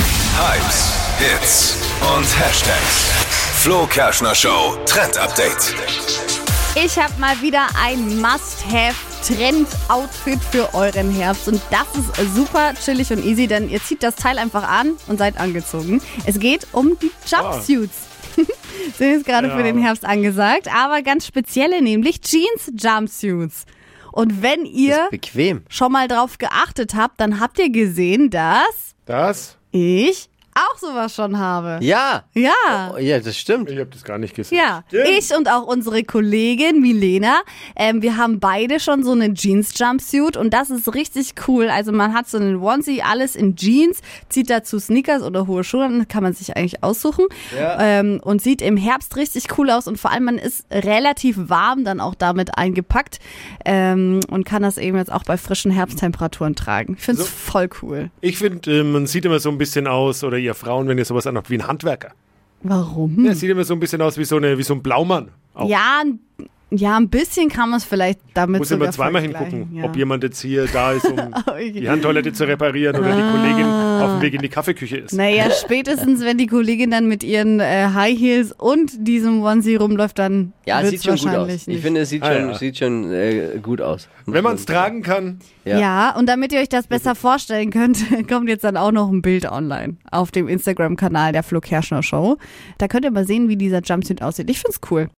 Hypes, Hits und Hashtags. Flo Kerschner Show Trend Update. Ich habe mal wieder ein Must-Have. Trend-Outfit für euren Herbst. Und das ist super chillig und easy, denn ihr zieht das Teil einfach an und seid angezogen. Es geht um die Jumpsuits. Sind jetzt gerade für den Herbst angesagt, aber ganz spezielle, nämlich Jeans-Jumpsuits. Und wenn ihr Bequem. schon mal drauf geachtet habt, dann habt ihr gesehen, dass Das? ich auch sowas schon habe. Ja. Ja. Oh, ja, das stimmt. Ich habe das gar nicht gesehen. Ja, ich und auch unsere Kollegin Milena, ähm, wir haben beide schon so eine Jeans-Jumpsuit und das ist richtig cool. Also man hat so einen Onesie, alles in Jeans, zieht dazu Sneakers oder hohe Schuhe, dann kann man sich eigentlich aussuchen Ja. ähm, und sieht im Herbst richtig cool aus und vor allem man ist relativ warm dann auch damit eingepackt ähm, und kann das eben jetzt auch bei frischen Herbsttemperaturen tragen. Ich find's voll cool. Ich finde, äh, man sieht immer so ein bisschen aus, oder ihr Frauen, wenn ihr sowas anhabt, wie ein Handwerker. Warum? Das sieht immer so ein bisschen aus wie so, eine, wie so ein Blaumann. Auch. Mhm. Ja, ein- ja, ein bisschen kann man es vielleicht damit Muss sogar immer zweimal vergleichen, hingucken, ja. ob jemand jetzt hier da ist, um die Handtoilette zu reparieren oder die Kollegin Ah. auf dem Weg in die Kaffeeküche ist. Naja, spätestens wenn die Kollegin dann mit ihren äh, High Heels und diesem Onesie rumläuft, dann Ja, wird's sieht schon gut aus. wahrscheinlich Ich nicht. finde, es sieht Ah, schon, ja. sieht schon äh, gut aus. Wenn man es tragen kann, ja. ja. und damit ihr euch das besser vorstellen könnt, kommt jetzt dann auch noch ein Bild online auf dem Instagram-Kanal der Flo Kerschner Show. Da könnt ihr mal sehen, wie dieser Jumpsuit aussieht. Ich find's cool.